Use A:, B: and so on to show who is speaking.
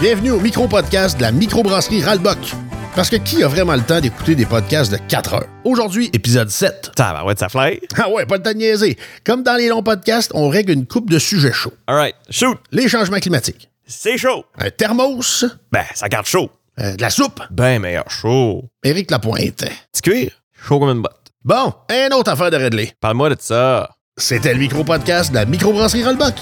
A: Bienvenue au micro-podcast de la microbrasserie Ralbock. Parce que qui a vraiment le temps d'écouter des podcasts de 4 heures? Aujourd'hui, épisode 7.
B: Tabarouette, ça fly.
A: Ah ouais, pas le temps de niaiser. Comme dans les longs podcasts, on règle une coupe de sujets chauds.
B: All right, shoot.
A: Les changements climatiques,
B: C'est chaud.
A: un thermos,
B: Ben, ça garde chaud.
A: euh, de la soupe,
B: Ben meilleur chaud.
A: Éric Lapointe.
B: Petit cuir, chaud comme une botte.
A: Bon, un autre affaire de régler.
B: Parle-moi de ça.
A: C'était le micro-podcast de la microbrasserie Ralbock.